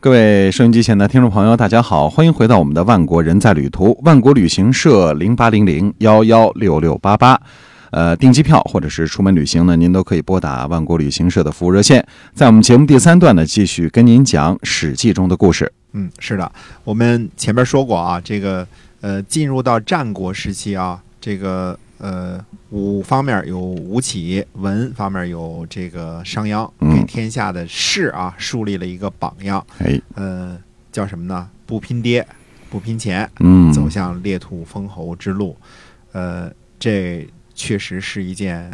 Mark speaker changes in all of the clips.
Speaker 1: 各位收音机前的听众朋友，大家好，欢迎回到我们的万国人在旅途，万国旅行社零八零零幺幺六六八八。呃，订机票或者是出门旅行呢，您都可以拨打万国旅行社的服务热线。在我们节目第三段呢，继续跟您讲《史记》中的故事。
Speaker 2: 嗯，是的，我们前面说过啊，这个呃，进入到战国时期啊，这个呃，武方面有吴起，文方面有这个商鞅，
Speaker 1: 嗯
Speaker 2: 给天下的士啊树立了一个榜样。
Speaker 1: 哎，
Speaker 2: 呃，叫什么呢？不拼爹，不拼钱，
Speaker 1: 嗯，
Speaker 2: 走向猎兔封侯之路。呃，这确实是一件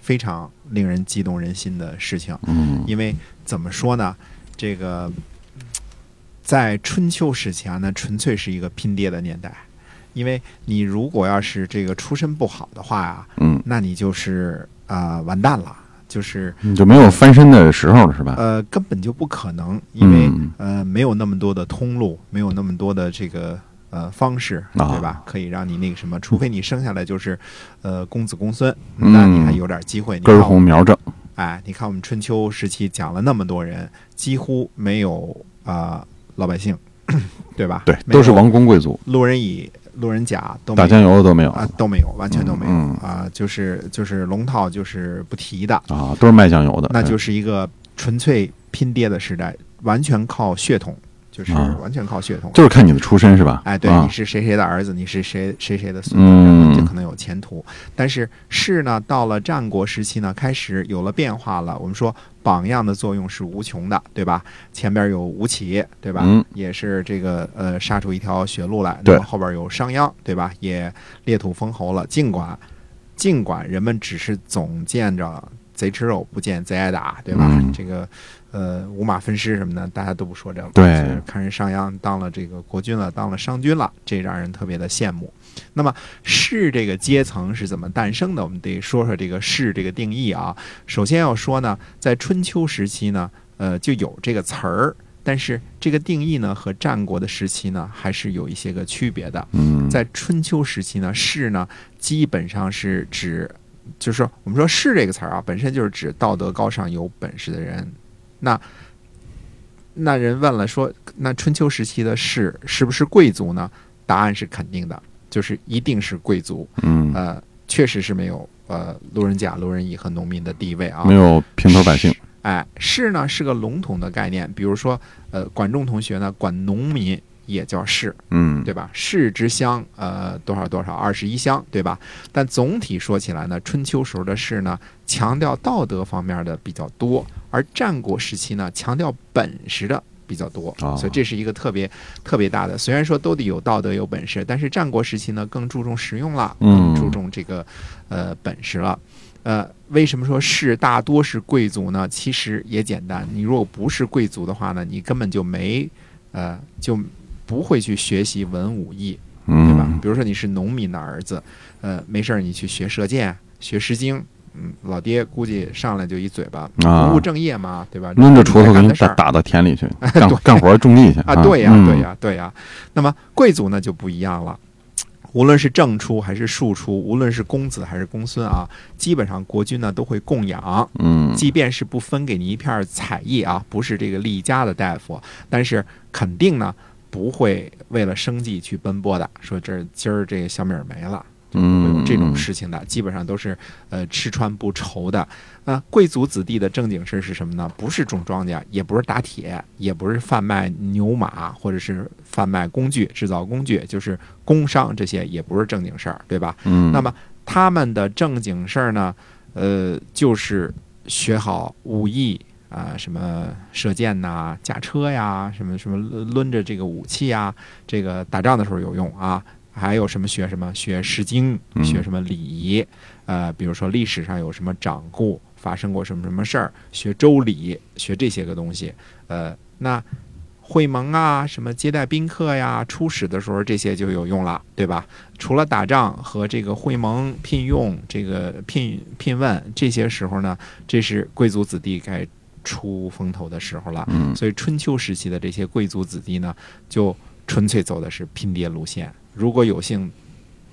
Speaker 2: 非常令人激动人心的事情。
Speaker 1: 嗯
Speaker 2: 因为怎么说呢，这个嗯在春秋时期啊，那纯粹是一个拼爹的年代。因为你如果要是这个出身不好的话啊，
Speaker 1: 嗯，
Speaker 2: 那你就是啊、呃完蛋了，就是
Speaker 1: 你嗯就没有翻身的时候了，是吧？
Speaker 2: 呃根本就不可能，因为、
Speaker 1: 嗯
Speaker 2: 呃没有那么多的通路，没有那么多的这个呃方式，
Speaker 1: 啊
Speaker 2: 对吧？可以让你那个什么，除非你生下来就是呃公子公孙，那你还有点机会。你
Speaker 1: 嗯根儿
Speaker 2: 看我
Speaker 1: 红苗正，
Speaker 2: 哎，你看我们春秋时期讲了那么多人，几乎没有啊、呃老百姓， 对吧？
Speaker 1: 对，
Speaker 2: 没有
Speaker 1: 都是王公贵族，
Speaker 2: 路人乙、路人甲都没
Speaker 1: 打
Speaker 2: 有
Speaker 1: 酱油的都没有
Speaker 2: 啊，都没有，完全都没有
Speaker 1: 嗯
Speaker 2: 啊、就是就是龙套就是不提的，
Speaker 1: 啊，都是卖酱油的，
Speaker 2: 那就是一个纯粹拼爹的时代，完全靠血统，就是
Speaker 1: 啊
Speaker 2: 完全靠血统。
Speaker 1: 就是看你的出身是吧？
Speaker 2: 哎，对，
Speaker 1: 啊
Speaker 2: 你，是谁谁的儿子，你是谁谁谁的孙子，
Speaker 1: 嗯
Speaker 2: 就可能有前途。但是士呢，到了战国时期呢，开始有了变化了。我们说榜样的作用是无穷的，对吧？前边有吴起，对吧？
Speaker 1: 嗯
Speaker 2: 也是这个呃杀出一条血路来。
Speaker 1: 对
Speaker 2: 那么后边有商鞅，对吧？也裂土封侯了。尽管尽管人们只是总见着贼吃肉，不见贼挨打，对吧？
Speaker 1: 嗯
Speaker 2: 这个呃五马分尸什么的，大家都不说这个。
Speaker 1: 对
Speaker 2: 就是看人商鞅当了这个国君了，当了商君了，这让人特别的羡慕。那么士这个阶层是怎么诞生的？我们得说说这个士这个定义啊。首先要说呢，在春秋时期呢，呃，就有这个词儿，但是这个定义呢和战国的时期呢还是有一些个区别的。
Speaker 1: 嗯，
Speaker 2: 在春秋时期呢，士呢基本上是指，就是说我们说“士”这个词儿啊，本身就是指道德高尚、有本事的人。那那人问了说，那春秋时期的士是不是贵族呢？答案是肯定的，就是一定是贵族。
Speaker 1: 嗯，
Speaker 2: 呃，确实是没有呃路人甲、路人乙和农民的地位啊，
Speaker 1: 没有平头百姓，
Speaker 2: 哎，士呢是个笼统的概念，比如说呃，管仲同学呢管农民也叫士，
Speaker 1: 嗯，
Speaker 2: 对吧？市之乡，呃，多少多少，二十一乡，对吧？但总体说起来呢，春秋时候的士呢，强调道德方面的比较多，而战国时期呢，强调本事的比较多，
Speaker 1: 哦
Speaker 2: 所以这是一个特别特别大的。虽然说都得有道德有本事，但是战国时期呢，更注重实用了，
Speaker 1: 嗯
Speaker 2: 更注重这个呃本事了。呃，为什么说士大多是贵族呢？其实也简单，你如果不是贵族的话呢，你根本就没呃就不会去学习文武艺，对吧？
Speaker 1: 嗯，
Speaker 2: 比如说你是农民的儿子，呃，没事儿你去学射箭、学诗经，嗯，老爹估计上来就一嘴巴，
Speaker 1: 啊
Speaker 2: 不务正业嘛，对吧？
Speaker 1: 抡着锄头给
Speaker 2: 干
Speaker 1: 你
Speaker 2: 的事
Speaker 1: 打
Speaker 2: 儿
Speaker 1: 打到田里 去，干干活种地去
Speaker 2: 啊，对呀，对，
Speaker 1: 嗯
Speaker 2: 呀，对呀。那么贵族呢就不一样了。无论是正出还是庶出，无论是公子还是公孙啊，基本上国君呢都会供养，
Speaker 1: 嗯，
Speaker 2: 即便是不分给你一片彩艺啊，不是这个利家的大夫，但是肯定呢不会为了生计去奔波的。说这儿今儿这个小米儿没了，会有
Speaker 1: 嗯，
Speaker 2: 这种事情的，基本上都是呃吃穿不愁的。那、贵族子弟的正经事是什么呢？不是种庄稼，也不是打铁，也不是贩卖牛马或者是贩卖工具、制造工具，就是工商这些也不是正经事儿，对吧？
Speaker 1: 嗯，
Speaker 2: 那么他们的正经事儿呢，呃，就是学好武艺啊、什么射箭呐、驾车呀，什么什么抡抡着这个武器呀，这个打仗的时候有用啊。还有什么学什么学《诗经》，
Speaker 1: 嗯
Speaker 2: 学什么礼仪，呃，比如说历史上有什么掌故，发生过什么什么事儿，学周礼，学这些个东西，呃，那会盟啊，什么接待宾客呀，出使的时候这些就有用了，对吧？除了打仗和这个会盟、聘用、这个聘聘问这些时候呢，这是贵族子弟该出风头的时候了。
Speaker 1: 嗯
Speaker 2: 所以春秋时期的这些贵族子弟呢，就纯粹走的是拼爹路线。如果有幸，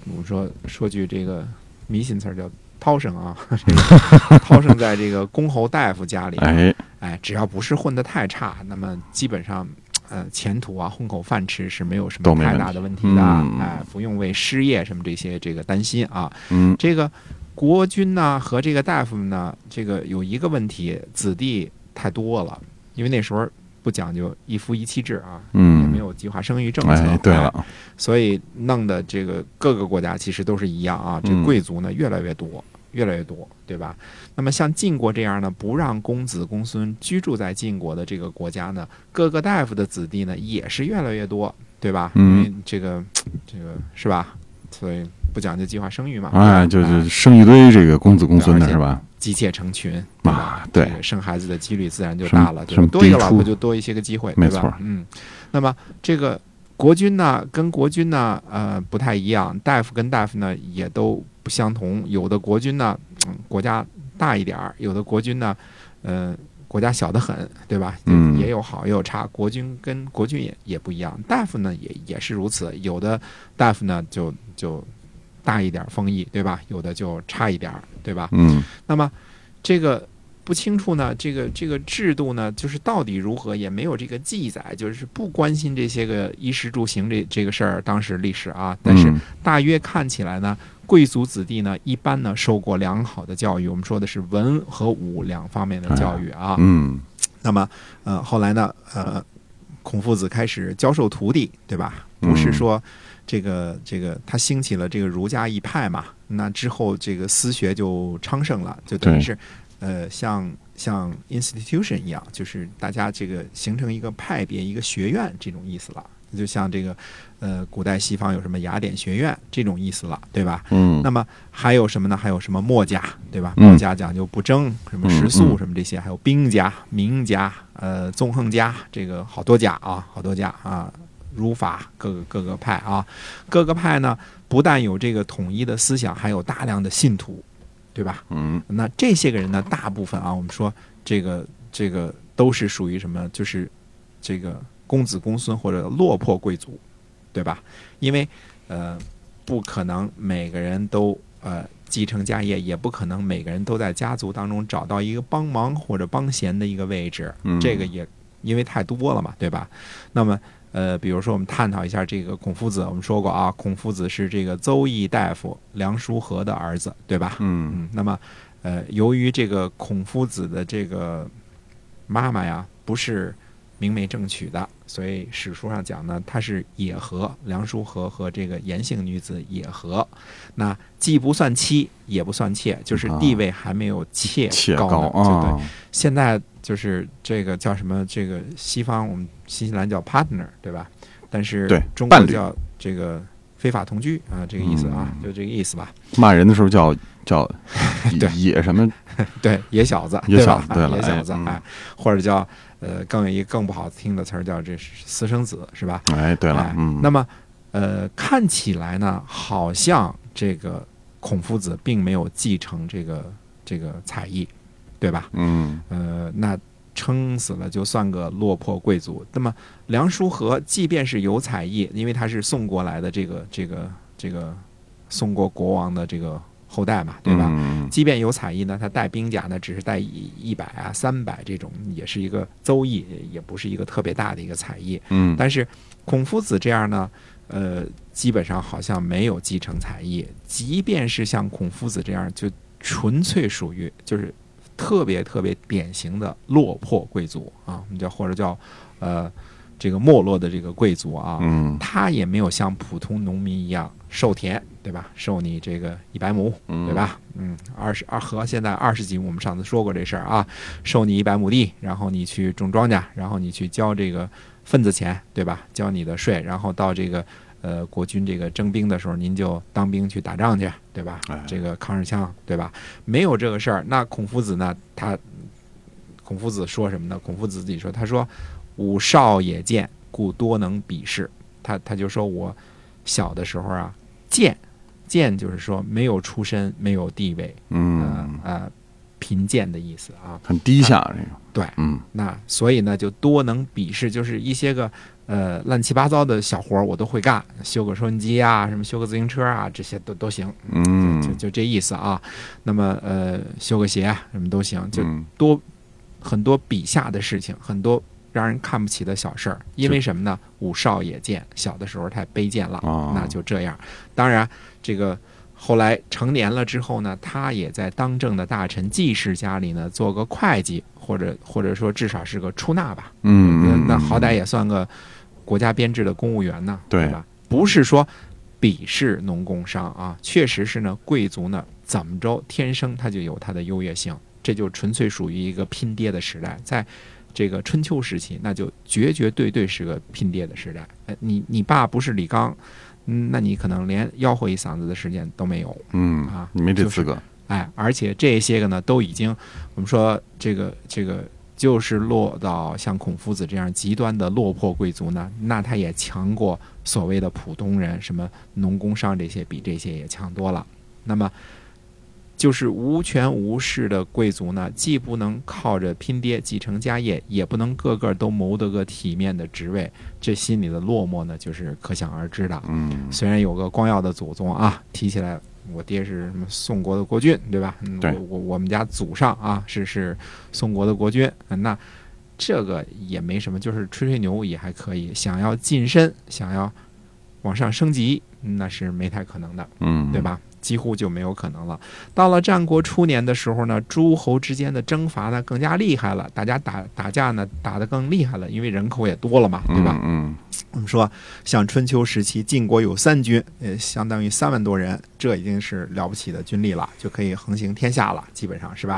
Speaker 2: 我们说说句这个 迷信词儿叫“涛生”啊，这个涛生在这个公侯大夫家里，
Speaker 1: 哎，
Speaker 2: 哎，只要不是混得太差，那么基本上，呃，前途啊，混口饭吃是没有什
Speaker 1: 都
Speaker 2: 么
Speaker 1: 没
Speaker 2: 太
Speaker 1: 问
Speaker 2: 大
Speaker 1: 题
Speaker 2: 的问题的，
Speaker 1: 嗯
Speaker 2: 哎，不用为失业什么这些这个担心啊。
Speaker 1: 嗯
Speaker 2: 这个国君呢和这个大夫们呢，这个有一个问题，子弟太多了，因为那时候不讲究一夫一妻制啊，也
Speaker 1: 嗯，
Speaker 2: 没有计划生育政策。
Speaker 1: 哎，对
Speaker 2: 哎
Speaker 1: 了，
Speaker 2: 所以弄的这个各个国家其实都是一样啊，这
Speaker 1: 嗯
Speaker 2: 贵族呢越来越多，越来越多，对吧？那么像晋国这样呢，不让公子公孙居住在晋国的这个国家呢，各个大夫的子弟呢也是越来越多，对吧？
Speaker 1: 嗯
Speaker 2: 因为这个这个是吧？所以不讲究计划生育嘛，
Speaker 1: 哎，就
Speaker 2: 哎
Speaker 1: 是生一堆这个公子公孙的
Speaker 2: 对而且
Speaker 1: 是吧？
Speaker 2: 姬妾成群
Speaker 1: 啊，对
Speaker 2: 这，个生孩子的几率自然就
Speaker 1: 生
Speaker 2: 大了，对吧
Speaker 1: 生
Speaker 2: 多一个
Speaker 1: 嫡
Speaker 2: 老
Speaker 1: 出
Speaker 2: 婆就多一些个机会，
Speaker 1: 没
Speaker 2: 对吧？
Speaker 1: 错
Speaker 2: 嗯，那么这个国君呢，跟国君呢，呃，不太一样，大夫跟大夫呢也都不相同，有的国君呢，嗯、国家大一点儿，有的国君呢，嗯、国家小得很，对吧？就
Speaker 1: 嗯
Speaker 2: 也有好也有差。国君跟国君也也不一样，大夫呢也也是如此。有的大夫呢就就大一点儿封邑，对吧？有的就差一点儿，对吧？
Speaker 1: 嗯
Speaker 2: 那么这个不清楚呢，这个这个制度呢，就是到底如何也没有这个记载，就是不关心这些个衣食住行这这个事儿，当时历史啊，但是
Speaker 1: 嗯
Speaker 2: 大约看起来呢。贵族子弟呢，一般呢受过良好的教育，我们说的是文和武两方面的教育啊。
Speaker 1: 嗯
Speaker 2: 那么，呃，后来呢，呃，孔夫子开始教授徒弟，对吧？不是
Speaker 1: 嗯
Speaker 2: 说这个这个他兴起了这个儒家一派嘛，那之后这个私学就昌盛了，就等于
Speaker 1: 对
Speaker 2: 是呃，像像 institution 一样，就是大家这个形成一个派别、一个学院这种意思了。就像这个呃，古代西方有什么雅典学院这种意思了，对吧？
Speaker 1: 嗯
Speaker 2: 那么还有什么呢？还有什么墨家，对吧？
Speaker 1: 嗯
Speaker 2: 墨家讲究不争，什么食
Speaker 1: 嗯
Speaker 2: 宿
Speaker 1: 嗯
Speaker 2: 什么这些，还有兵家、名家、呃纵横家，这个好多家啊，好多家啊，儒法各个各个派啊，各个派呢不但有这个统一的思想，还有大量的信徒，对吧？
Speaker 1: 嗯
Speaker 2: 那这些个人呢，大部分啊，我们说这个这个都是属于什么？就是这个公子公孙或者落魄贵族，对吧？因为呃，不可能每个人都呃继承家业，也不可能每个人都在家族当中找到一个帮忙或者帮闲的一个位置。
Speaker 1: 嗯
Speaker 2: 这个也因为太多了嘛，对吧？那么。呃，比如说我们探讨一下这个孔夫子，我们说过啊，孔夫子是这个邹邑大夫梁叔和的儿子，对吧？
Speaker 1: 嗯
Speaker 2: 嗯，那么，呃，由于这个孔夫子的这个妈妈呀不是明媒正娶的，所以史书上讲呢，她是野合梁叔和和这个严姓女子野合，那既不算妻也不算妾，就是地位还没有妾
Speaker 1: 切
Speaker 2: 高
Speaker 1: 高
Speaker 2: 呢就对
Speaker 1: 啊，
Speaker 2: 现在就是这个叫什么？这个西方我们新西兰叫 partner，对吧？但是
Speaker 1: 对
Speaker 2: 中
Speaker 1: 伴
Speaker 2: 国
Speaker 1: 侣
Speaker 2: 叫这个非法同居啊，这个意思啊，
Speaker 1: 嗯
Speaker 2: 就这个意思吧。
Speaker 1: 骂人的时候叫叫
Speaker 2: 对
Speaker 1: 野什么
Speaker 2: 对，野小子，
Speaker 1: 野
Speaker 2: 对
Speaker 1: 小子
Speaker 2: 吧
Speaker 1: 对了
Speaker 2: 野
Speaker 1: 哎
Speaker 2: 小子，
Speaker 1: 嗯
Speaker 2: 哎，或者叫呃，更有一个更不好听的词儿叫这是私生子，是吧？
Speaker 1: 哎，对了
Speaker 2: 哎，
Speaker 1: 嗯，
Speaker 2: 那么呃，看起来呢，好像这个孔夫子并没有继承这个这个才艺，对吧？
Speaker 1: 嗯
Speaker 2: 呃，那撑死了就算个落魄贵族。那么梁叔和即便是有才艺，因为他是宋国来的这个这个这个宋国国王的这个后代嘛，对吧？
Speaker 1: 嗯
Speaker 2: 即便有彩衣呢，他带兵甲呢，只是带一一百啊、三百这种，也是一个邹邑，也不是一个特别大的一个彩衣。
Speaker 1: 嗯，
Speaker 2: 但是孔夫子这样呢，呃，基本上好像没有继承才艺，即便是像孔夫子这样，就纯粹属于就是特别特别典型的落魄贵族啊，我们叫或者叫呃这个没落的这个贵族啊，
Speaker 1: 嗯
Speaker 2: 他也没有像普通农民一样授田，对吧？授你这个一百亩，
Speaker 1: 嗯
Speaker 2: 对吧？嗯，二十二和现在二十几亩，我们上次说过这事儿啊，授你一百亩地，然后你去种庄稼，然后你去交这个份子钱，对吧？交你的税，然后到这个呃国军这个征兵的时候，您就当兵去打仗去，对吧
Speaker 1: 哎？
Speaker 2: 这个扛着枪，对吧？没有这个事儿，那孔夫子呢？他孔夫子说什么呢？孔夫子自己说，他说：“吾少也见，故多能鄙视。”他他就说我小的时候啊，贱，贱就是说没有出身，没有地位，呃
Speaker 1: 嗯，
Speaker 2: 呃，贫贱的意思啊。
Speaker 1: 很低下这个，
Speaker 2: 对，
Speaker 1: 嗯
Speaker 2: 那所以呢，就多能鄙视，就是一些个呃乱七八糟的小活儿我都会干，修个收音机啊，什么修个自行车啊，这些都都行，就
Speaker 1: 嗯
Speaker 2: 就这意思啊。那么呃，修个鞋啊什么都行，就
Speaker 1: 嗯
Speaker 2: 多很多笔下的事情，很多让人看不起的小事儿。因为什么呢？五少也贱，小的时候太卑贱了，
Speaker 1: 哦
Speaker 2: 那就这样。当然，这个后来成年了之后呢，他也在当政的大臣季氏家里呢做个会计，或者或者说至少是个出纳吧。
Speaker 1: 嗯，
Speaker 2: 那好歹也算个国家编制的公务员呢，
Speaker 1: 对
Speaker 2: 吧？不是说鄙视农工商啊，确实是呢，贵族呢怎么着天生他就有他的优越性，这就纯粹属于一个拼爹的时代，在。这个春秋时期，那就绝绝对对是个拼爹的时代。呃，你你爸不是李纲，嗯，那你可能连吆喝一嗓子的时间都没有。
Speaker 1: 嗯
Speaker 2: 啊
Speaker 1: 你没这
Speaker 2: 就是
Speaker 1: 资格，
Speaker 2: 哎，而且这些个呢，都已经我们说这个这个，就是落到像孔夫子这样极端的落魄贵族呢，那他也强过所谓的普通人，什么农工商这些，比这些也强多了。那么，就是无权无势的贵族呢，既不能靠着拼爹继承家业，也不能个个都谋得个体面的职位，这心里的落寞呢，就是可想而知的。
Speaker 1: 嗯，
Speaker 2: 虽然有个光耀的祖宗啊，提起来我爹是什么宋国的国君，对吧？嗯
Speaker 1: 对
Speaker 2: 我我我们家祖上啊是是宋国的国君，嗯那这个也没什么，就是吹吹牛也还可以。想要晋升，想要往上升级，嗯那是没太可能的。
Speaker 1: 嗯，
Speaker 2: 对？吧？几乎就没有可能了。到了战国初年的时候呢，诸侯之间的征伐呢更加厉害了，大家打打架呢打得更厉害了，因为人口也多了嘛，对吧？
Speaker 1: 嗯
Speaker 2: 我们说，像春秋时期，晋国有三军，呃，相当于三万多人，这已经是了不起的军力了，就可以横行天下了，基本上 是吧？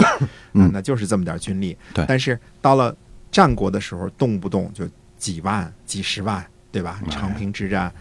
Speaker 1: 嗯
Speaker 2: 啊那就是这么点军力。
Speaker 1: 对
Speaker 2: 但是到了战国的时候，动不动就几万、几十万，对吧
Speaker 1: 哎？
Speaker 2: 长平之战，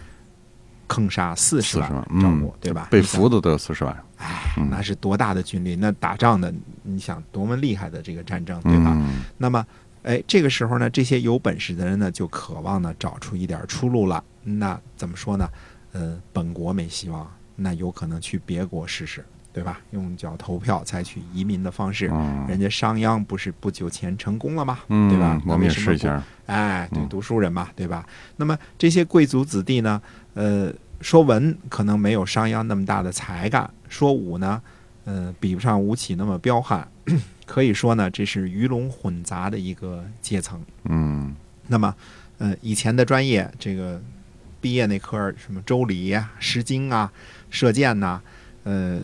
Speaker 2: 坑杀四十万
Speaker 1: 40万
Speaker 2: 赵
Speaker 1: 嗯
Speaker 2: 国，对吧
Speaker 1: 嗯，？被
Speaker 2: 你想
Speaker 1: 俘的都有四十万，
Speaker 2: 哎
Speaker 1: 嗯，
Speaker 2: 那是多大的军力？那打仗的，你想多么厉害的这个战争，对吧？
Speaker 1: 嗯，
Speaker 2: 那么，哎，这个时候呢，这些有本事的人呢，就渴望呢找出一点出路了。那怎么说呢？呃，本国没希望，那有可能去别国试试，对吧？用脚投票，采取移民的方式。
Speaker 1: 嗯，
Speaker 2: 人家商鞅不是不久前成功了吗？
Speaker 1: 嗯
Speaker 2: 对吧？
Speaker 1: 我们也试一下，
Speaker 2: 哎，对
Speaker 1: 嗯，
Speaker 2: 读书人嘛，对吧？那么这些贵族子弟呢，呃，说文可能没有商鞅那么大的才干，说武呢，呃，比不上吴起那么彪悍， 可以说呢，这是鱼龙混杂的一个阶层。
Speaker 1: 嗯
Speaker 2: 那么，呃，以前的专业这个毕业那科儿什么周礼呀、诗经啊、射箭呐、呃，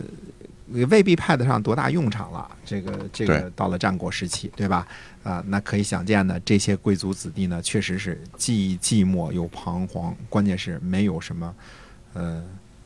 Speaker 2: 也未必派得上多大用场了。这个这个
Speaker 1: 对
Speaker 2: 到了战国时期，对吧？啊、那可以想见呢，这些贵族子弟呢，确实是既寂寞又彷徨，关键是没有什么，呃。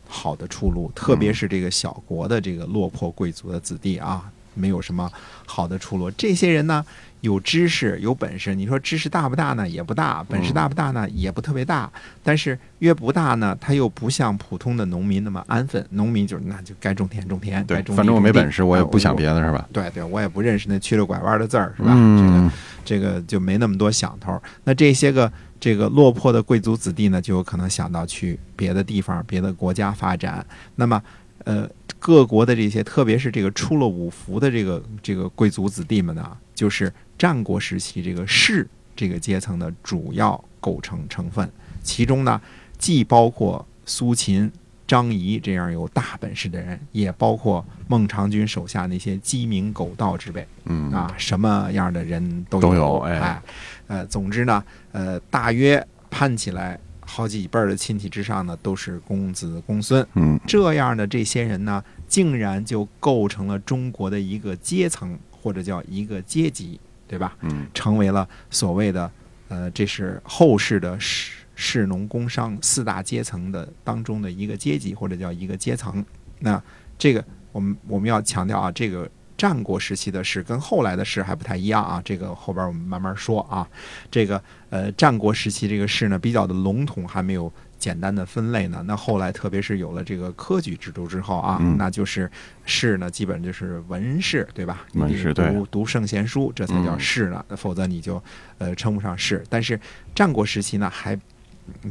Speaker 2: 好的出路，特别是这个小国的这个落魄贵族的子弟啊，没有什么好的出路。这些人呢，有知识有本事，你说知识大不大呢？也不大，本事大不大呢？也不特别大。但是越不大呢，他又不像普通的农民那么安分。农民就是那就该种田种田，
Speaker 1: 对
Speaker 2: 该，种地
Speaker 1: 反正我没
Speaker 2: 种地
Speaker 1: 本事，我也
Speaker 2: 啊
Speaker 1: 不想别的是吧？
Speaker 2: 对对，我也不认识那曲溜拐弯的字儿，是吧？
Speaker 1: 嗯，
Speaker 2: 这个这个就没那么多想头儿。那这些个这个落魄的贵族子弟呢，就有可能想到去别的地方、别的国家发展。那么，呃，各国的这些，特别是这个出了五服的这个这个贵族子弟们呢，就是战国时期这个士这个阶层的主要构成成分，其中呢，既包括苏秦。张仪这样有大本事的人，也包括孟尝君手下那些鸡鸣狗盗之辈，
Speaker 1: 嗯
Speaker 2: 啊，什么样的人都
Speaker 1: 都有
Speaker 2: 有，
Speaker 1: 哎
Speaker 2: 呃，总之呢，呃，大约攀起来好几辈儿的亲戚之上呢，都是公子公孙。
Speaker 1: 嗯
Speaker 2: 这样的这些人呢，竟然就构成了中国的一个阶层，或者叫一个阶级，对吧？
Speaker 1: 嗯
Speaker 2: 成为了所谓的，呃，这是后世的士士农工商四大阶层的当中的一个阶级，或者叫一个阶层。那这个我们我们要强调啊，这个战国时期的事跟后来的事还不太一样啊，这个后边我们慢慢说啊。这个呃，战国时期这个事呢比较的笼统，还没有。简单的分类呢，那后来特别是有了这个科举制度之后啊，
Speaker 1: 嗯
Speaker 2: 那就是士呢，基本就是文士，对吧？
Speaker 1: 文
Speaker 2: 你得
Speaker 1: 士对
Speaker 2: 读读圣贤书，这才叫
Speaker 1: 嗯
Speaker 2: 士呢，否则你就呃称不上士。但是战国时期呢，还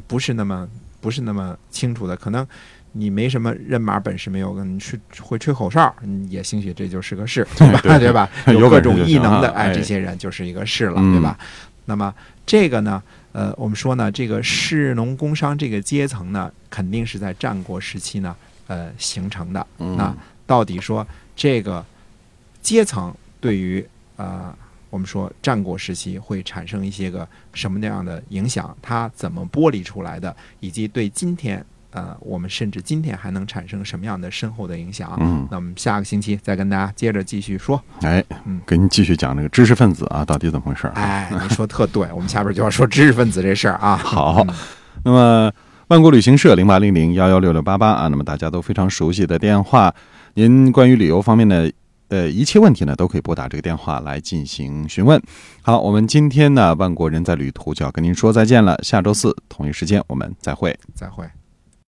Speaker 2: 不是那么不是那么清楚的，可能你没什么认马本事，没有，你吹会吹口哨，嗯也兴许这就是 个士，对吧？
Speaker 1: 对
Speaker 2: 对吧？
Speaker 1: 有
Speaker 2: 各
Speaker 1: 本事
Speaker 2: 种
Speaker 1: 就
Speaker 2: 异
Speaker 1: 行
Speaker 2: 能
Speaker 1: 啊
Speaker 2: 的，哎，
Speaker 1: 哎
Speaker 2: 这些人就是一个士了，
Speaker 1: 嗯
Speaker 2: 对吧？那么这个呢，呃，我们说呢，这个士农工商这个阶层呢，肯定是在战国时期呢，呃，形成的。
Speaker 1: 嗯
Speaker 2: 那到底说这个阶层对于呃，我们说战国时期会产生一些个什么样的影响，它怎么剥离出来的，以及对今天呃，我们甚至今天还能产生什么样的深厚的影响。
Speaker 1: 嗯，
Speaker 2: 那我们下个星期再跟大家接着继 续说。
Speaker 1: 哎
Speaker 2: 嗯，
Speaker 1: 给您继续讲这个知识分子啊，到底怎么回事儿？
Speaker 2: 哎，你说特对，我们下边就要说知识分子这事儿啊。
Speaker 1: 好
Speaker 2: 嗯，
Speaker 1: 那么万国旅行社零八零零幺幺六六八八啊，那么大家都非常熟悉的电话，您关于旅游方面的。呃，一切问题呢，都可以拨打这个电话来进行询问。好，我们今天呢，万国人在旅途就要跟您说再见了。下周四同一时间，我们再会。
Speaker 2: 再会。